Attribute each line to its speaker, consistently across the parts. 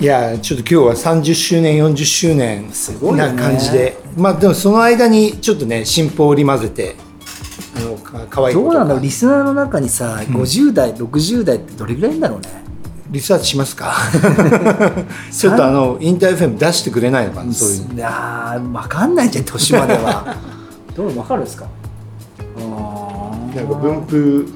Speaker 1: いやちょっと今日は30周年40周年
Speaker 2: すごいよ
Speaker 1: な
Speaker 2: ね
Speaker 1: 感じで、まあでもその間にちょっとね新報を織り交ぜてあのかかわいい
Speaker 2: ど
Speaker 1: こと
Speaker 2: う
Speaker 1: とか
Speaker 2: なんだろうリスナーの中にさ、50代60代ってどれぐらいいんだろうね
Speaker 1: リサーチします かちょっとあのインターフェム出してくれないのかなそういう
Speaker 2: いやー分かんないじゃん年までは どう分かるんですかあー
Speaker 1: なんか分布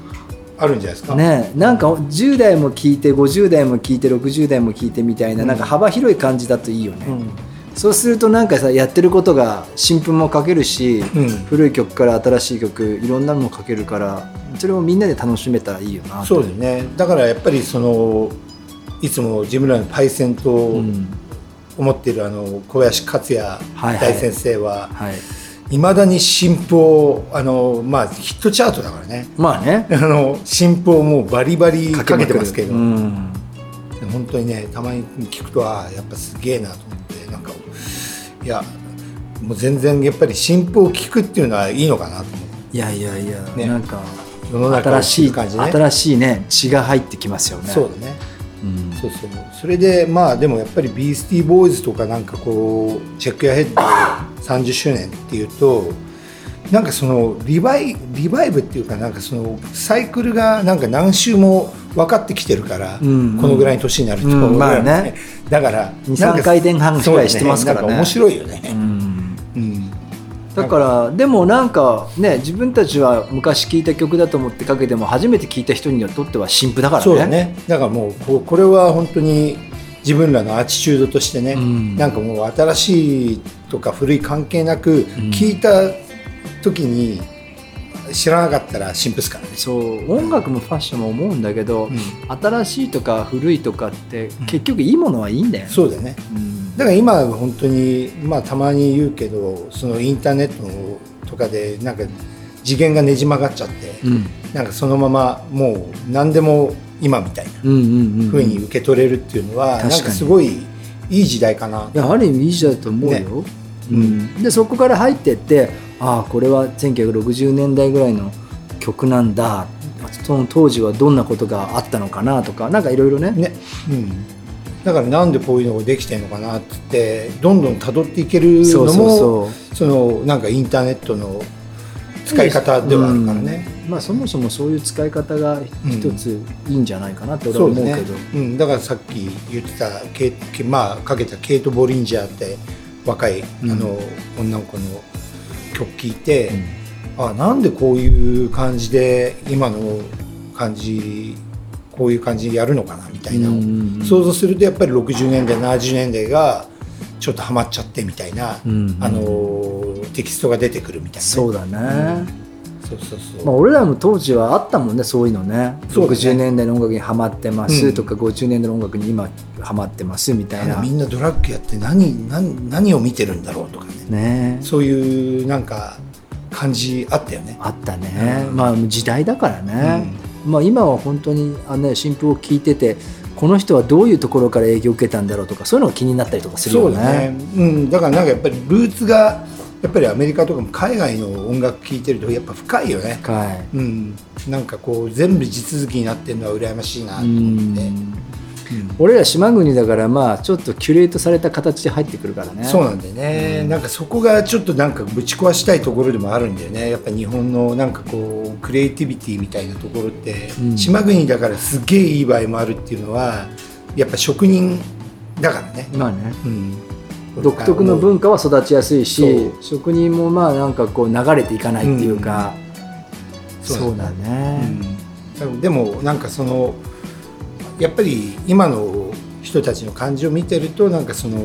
Speaker 1: あるんじゃないですか、
Speaker 2: ねえなんか10代も聞いて50代も聞いて60代も聞いてみたいな,、
Speaker 1: うん
Speaker 2: なんか幅広い感じだといいよね、
Speaker 1: うん
Speaker 2: そうするとなんかさやってることが新譜も書けるし、
Speaker 1: うん
Speaker 2: 古い曲から新しい曲いろんなのも書けるからそれをみんなで楽しめたらいいよな
Speaker 1: そうですねだからやっぱりそのいつも自分らのパイセンと
Speaker 2: うん
Speaker 1: 思ってるあの小林克也
Speaker 2: はい
Speaker 1: 大先生は
Speaker 2: はい、
Speaker 1: いまだに新報あのまあヒットチャートだからね
Speaker 2: まあね
Speaker 1: あの新報もうバリバリかけてますけど、
Speaker 2: うん
Speaker 1: 本当にねたまに聞くとああやっぱすげえなと思ってなんかいやもう全然やっぱり新報を聞くっていうのはいいのかなと思って
Speaker 2: いやいやいや、
Speaker 1: ね
Speaker 2: なんか
Speaker 1: 世の中を
Speaker 2: 新し
Speaker 1: 知
Speaker 2: い
Speaker 1: る感じね
Speaker 2: 新しいね血が入ってきますよね
Speaker 1: そうだね
Speaker 2: うん
Speaker 1: そうそうそれでまあでもやっぱりビースティーボーイズとかなんかこうチェックやヘッド30周年っていうとなんかそのリバイリバイブっていうかなんかそのサイクルがなんか何周も分かってきてるから、
Speaker 2: うん
Speaker 1: このぐらいの年になると、
Speaker 2: うんま
Speaker 1: 俺
Speaker 2: あね
Speaker 1: らも だから
Speaker 2: 二
Speaker 1: なんか
Speaker 2: 三回転半ぐらいしてますから
Speaker 1: そ
Speaker 2: ね
Speaker 1: うだなん面白いよ
Speaker 2: う
Speaker 1: ね、
Speaker 2: ん
Speaker 1: うん
Speaker 2: だからでもなんかね自分たちは昔聴いた曲だと思ってかけても初めて聴いた人にとっては新譜だからね
Speaker 1: そうだねだからもうここれは本当に自分らのアチチュードとしてね、
Speaker 2: うん
Speaker 1: なんかもう新しいとか古い関係なく
Speaker 2: ん
Speaker 1: 聞いた時に知らなかったら新婦ですからね、
Speaker 2: そう音楽もファッションも思うんだけど、
Speaker 1: う
Speaker 2: 新しいとか古いとかって結局いいものはいいんだよね、
Speaker 1: そうだよね
Speaker 2: うん
Speaker 1: だから今は本当にまあたまに言うけどそのインターネットとかでなんか次元がねじ曲がっちゃって、
Speaker 2: うん
Speaker 1: なんかそのままもう何でも今みたいな
Speaker 2: うんうんうん
Speaker 1: 風に
Speaker 2: い
Speaker 1: 受け取れるっていうのは、
Speaker 2: 確か
Speaker 1: な
Speaker 2: に
Speaker 1: んかすごいいい時代かな
Speaker 2: やある意味いい時代だと思うよ、
Speaker 1: ね
Speaker 2: う、
Speaker 1: うん
Speaker 2: でそこから入ってってああこれは1960年代ぐらいの曲なんだその当時はどんなことがあったのかなとかなんかいろいろね
Speaker 1: ね、うん、だからなんでこういうのができてるのかなって言ってどんどん辿っていけるのも
Speaker 2: そう
Speaker 1: そ
Speaker 2: そうそう
Speaker 1: のなんかインターネットの使い方ではあるからね。
Speaker 2: うんまあそもそもそういう使い方が一ついいんじゃないかなって俺
Speaker 1: そ
Speaker 2: は
Speaker 1: う
Speaker 2: 思
Speaker 1: です
Speaker 2: うけ
Speaker 1: ね
Speaker 2: ど、
Speaker 1: うん、だからさっき言ってたケイケまあ、かけたケイト・ボリンジャーって若い、
Speaker 2: うん
Speaker 1: あの女の子の曲聴いて、あなんでこういう感じで今の感じこういう感じでやるのかなみたいなのを
Speaker 2: うん
Speaker 1: 想像するとやっぱり60年代70年代がちょっとハマっちゃってみたいな、
Speaker 2: うん
Speaker 1: あのーテキストが出てくるみたいなね、
Speaker 2: そうだね、
Speaker 1: そうそうそう、
Speaker 2: まあ、俺らも当時はあったもんねそういうのね
Speaker 1: そうだね
Speaker 2: 60年代の音楽にハマってま
Speaker 1: う
Speaker 2: す
Speaker 1: ん
Speaker 2: とか、50年代の音楽に今ハマってますみたい
Speaker 1: あの
Speaker 2: な
Speaker 1: みんなドラッグやって何何何を見てるんだろうとかね
Speaker 2: ね
Speaker 1: そういうなんか感じあったよね
Speaker 2: あったね、
Speaker 1: うん
Speaker 2: まあ時代だからね、まあ今は本当にあのね新譜を聞いててこの人はどういうところから影響を受けたんだろうとかそういうのが気になったりとかする
Speaker 1: そ
Speaker 2: よ
Speaker 1: う
Speaker 2: ね
Speaker 1: だね、うん、だからなんかやっぱりルーツがやっぱりアメリカとかも海外の音楽聴いてるとやっぱ深いよね
Speaker 2: 深い
Speaker 1: うん、なんかこう全部地続きになってるのは羨ましいなと思って、うん
Speaker 2: 俺ら島国だからまあちょっとキュレートされた形で入ってくるからね
Speaker 1: そうなんだよね、なんかそこがちょっとなんかぶち壊したいところでもあるんだよねやっぱ日本のなんかこうクリエイティビティみたいなところって、
Speaker 2: うん
Speaker 1: 島国だからすっげえいい場合もあるっていうのはやっぱ職人だからね、
Speaker 2: まあね
Speaker 1: うん、
Speaker 2: 独特の文化は育ちやすいし
Speaker 1: そ
Speaker 2: 職人もまあなんかこう流れていかないっていうか、
Speaker 1: そう
Speaker 2: そうだね、
Speaker 1: うん、でもなんかそのやっぱり今の人たちの感じを見てるとなんかその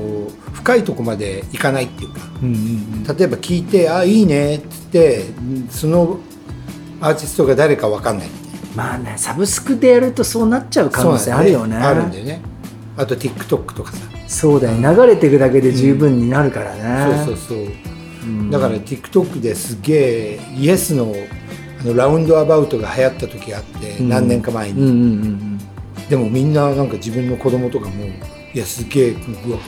Speaker 1: 深いとこまでいかないっていうか
Speaker 2: うんうん
Speaker 1: 例えば聞いて「あいいね」っつってそのアーティストが誰か分かんないみたいな
Speaker 2: まあねサブスクでやるとそうなっちゃう可能性あるよね
Speaker 1: そうなんだあるんだよねあと TikTok とかさ、
Speaker 2: そうだよ流れていくだけで十分になるからね、
Speaker 1: そうそうそう
Speaker 2: うん
Speaker 1: だから TikTok ですげえイエスのあのラウンドアバウトが流行った時があって、
Speaker 2: うん
Speaker 1: 何年か前
Speaker 2: うん
Speaker 1: に、
Speaker 2: うんうんうん
Speaker 1: でもみんななんか自分の子供とかもいやすげえうわ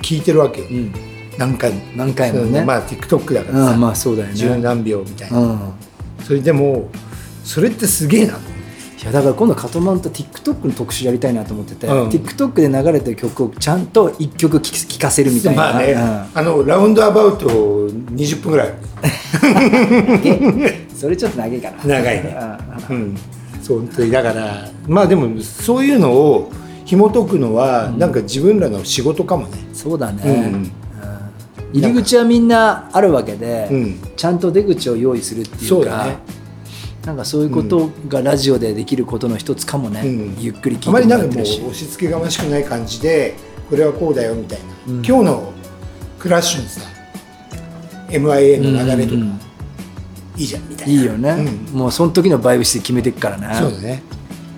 Speaker 1: 聞いてるわけよ、
Speaker 2: うん
Speaker 1: 何回も、
Speaker 2: 何回も
Speaker 1: そ
Speaker 2: ね
Speaker 1: のまあ TikTok だから
Speaker 2: う
Speaker 1: さ、
Speaker 2: ん、まあそうだよ
Speaker 1: 十
Speaker 2: ね
Speaker 1: 何秒みたいな、
Speaker 2: うん
Speaker 1: それでもそれってすげえなと思って
Speaker 2: いいやだから今度カトマンと TikTok の特集やりたいなと思ってて、
Speaker 1: うん
Speaker 2: TikTok で流れてる曲をちゃんと1曲聴聴かせるみたいな、
Speaker 1: まあね、あのラウンドアバウト20分ぐらい
Speaker 2: うんそれちょっと長いかな
Speaker 1: 長いね
Speaker 2: うん
Speaker 1: うん、そう本当にだからまあでもそういうのを紐解くのは、なんか自分らの仕事かもね
Speaker 2: そうだね、
Speaker 1: うん
Speaker 2: うん入り口はみんなあるわけで、
Speaker 1: うん
Speaker 2: ちゃんと出口を用意するってい
Speaker 1: そうう
Speaker 2: か
Speaker 1: だね
Speaker 2: なんかそういうことがラジオでできることの一つかもね、
Speaker 1: うん
Speaker 2: ゆっくり聞いて
Speaker 1: あまりなんか
Speaker 2: もらっ
Speaker 1: もう
Speaker 2: てるし
Speaker 1: 押し付けがましくない感じでこれはこうだよみたいな、
Speaker 2: うん
Speaker 1: 今日のクラッシュのさ MIA の流れとか
Speaker 2: うんうんうん
Speaker 1: いいじゃんみたいない
Speaker 2: いよね、
Speaker 1: うん
Speaker 2: もうその時のバイブして決めてくからね
Speaker 1: そうだね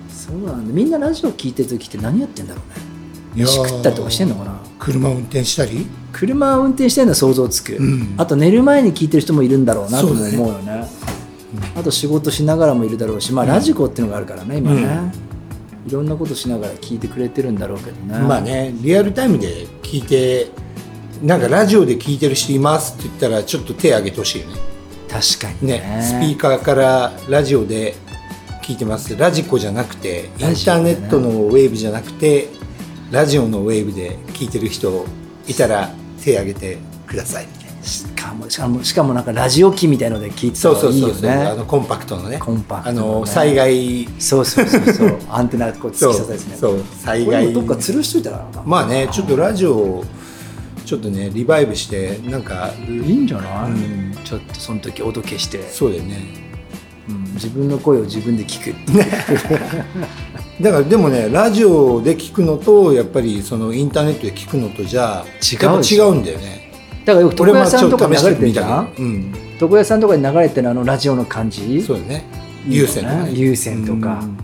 Speaker 2: そうなんだみんなラジオ聞いてる時って何やってんだろう
Speaker 1: い
Speaker 2: ね
Speaker 1: やー
Speaker 2: 飯食ったりとかしてんのかな
Speaker 1: 車運転したり
Speaker 2: 車を運転してるのは想像つく、
Speaker 1: うん
Speaker 2: あと寝る前に聞いてる人もいるんだろうなとも
Speaker 1: そうだね
Speaker 2: 思うよねあと仕事しながらもいるだろうしまあラジコっていうのがあるからね今ね、いろんなことしながら聞いてくれてるんだろうけどね
Speaker 1: まあねリアルタイムで聞いてなんかラジオで聞いてる人いますって言ったらちょっと手挙げてほしいよね
Speaker 2: 確かにね
Speaker 1: ね、スピーカーからラジオで聞いてますラジコじゃなくてインタ
Speaker 2: ラジオ
Speaker 1: ー
Speaker 2: でね
Speaker 1: ネットのウェーブじゃなくてラジオのウェーブで聞いてる人いたら手挙げてくださいみたいな
Speaker 2: しかもしかもしかもなんかラジオ機みたいので聞いてた
Speaker 1: そう
Speaker 2: ら
Speaker 1: そう
Speaker 2: いい
Speaker 1: そう
Speaker 2: よ
Speaker 1: そうあの
Speaker 2: ね
Speaker 1: コンパクトのね
Speaker 2: コンパクトのね
Speaker 1: あの災害
Speaker 2: そうそうそう そうアンテナこう突
Speaker 1: そ
Speaker 2: き
Speaker 1: う
Speaker 2: 刺さですね
Speaker 1: そう災
Speaker 2: これも
Speaker 1: 害
Speaker 2: どっか吊るしといたらな
Speaker 1: まあねちょっとラジオをちょっとねリバイブしてなんか
Speaker 2: いいんじゃない、
Speaker 1: うん
Speaker 2: ちょっとその時音消して、
Speaker 1: そうだよね
Speaker 2: うん自分の声を自分で聞くっていう
Speaker 1: だからでもねラジオで聞くのとやっぱりそのインターネットで聞くのとじゃあ
Speaker 2: 違う
Speaker 1: やっぱ
Speaker 2: でし
Speaker 1: 違
Speaker 2: ょ
Speaker 1: うんだよね
Speaker 2: だからよく
Speaker 1: 俺
Speaker 2: 床
Speaker 1: も
Speaker 2: 屋さんとかに
Speaker 1: ちょ
Speaker 2: 流
Speaker 1: っ試して
Speaker 2: れてる
Speaker 1: み
Speaker 2: じ
Speaker 1: た
Speaker 2: ゃん
Speaker 1: けどうん
Speaker 2: 床屋さんとかに流れてるあのラジオの感じ
Speaker 1: そうだね
Speaker 2: いいよ
Speaker 1: 有
Speaker 2: ね
Speaker 1: 線とかね
Speaker 2: 有線とか
Speaker 1: うん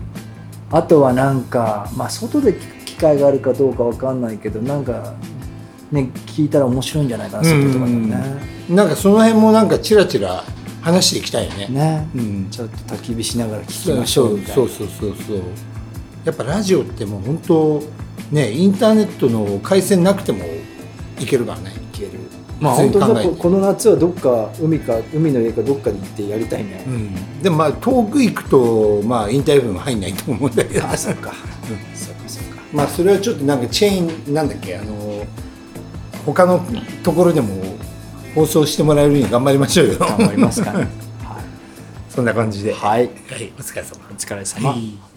Speaker 2: あとはなんか、まあ、外で聞く機会があるかどうかわかんないけどなんかね聞いたら面白いんじゃないかな
Speaker 1: う
Speaker 2: 外
Speaker 1: ん
Speaker 2: とかでもね,、
Speaker 1: なんかその辺もなんかチラチラ話していきたいよね
Speaker 2: ね
Speaker 1: うん
Speaker 2: ちょっと焚き火しながら聞き
Speaker 1: そう
Speaker 2: ましょうみたいな
Speaker 1: そうそうそうそうやっぱラジオってもう本当ねインターネットの回線なくてもいけるからね
Speaker 2: いけるまあ
Speaker 1: 普通
Speaker 2: 本
Speaker 1: に考えて
Speaker 2: 当にここの夏はどっか海か海の家かどっかに行ってやりたいね、
Speaker 1: うんでもまあ遠く行くとまあインタビューも入んないと思うんだけど
Speaker 2: あそっか、そっかそっか
Speaker 1: まあそれはちょっとなんかチェーンなんだっけあの他のところでも放送してもらえるように頑張りましょうよ
Speaker 2: 頑張りますかね
Speaker 1: そんな感じで
Speaker 2: は
Speaker 1: は
Speaker 2: い
Speaker 1: い、お疲れ様
Speaker 2: お疲れ様、
Speaker 1: はい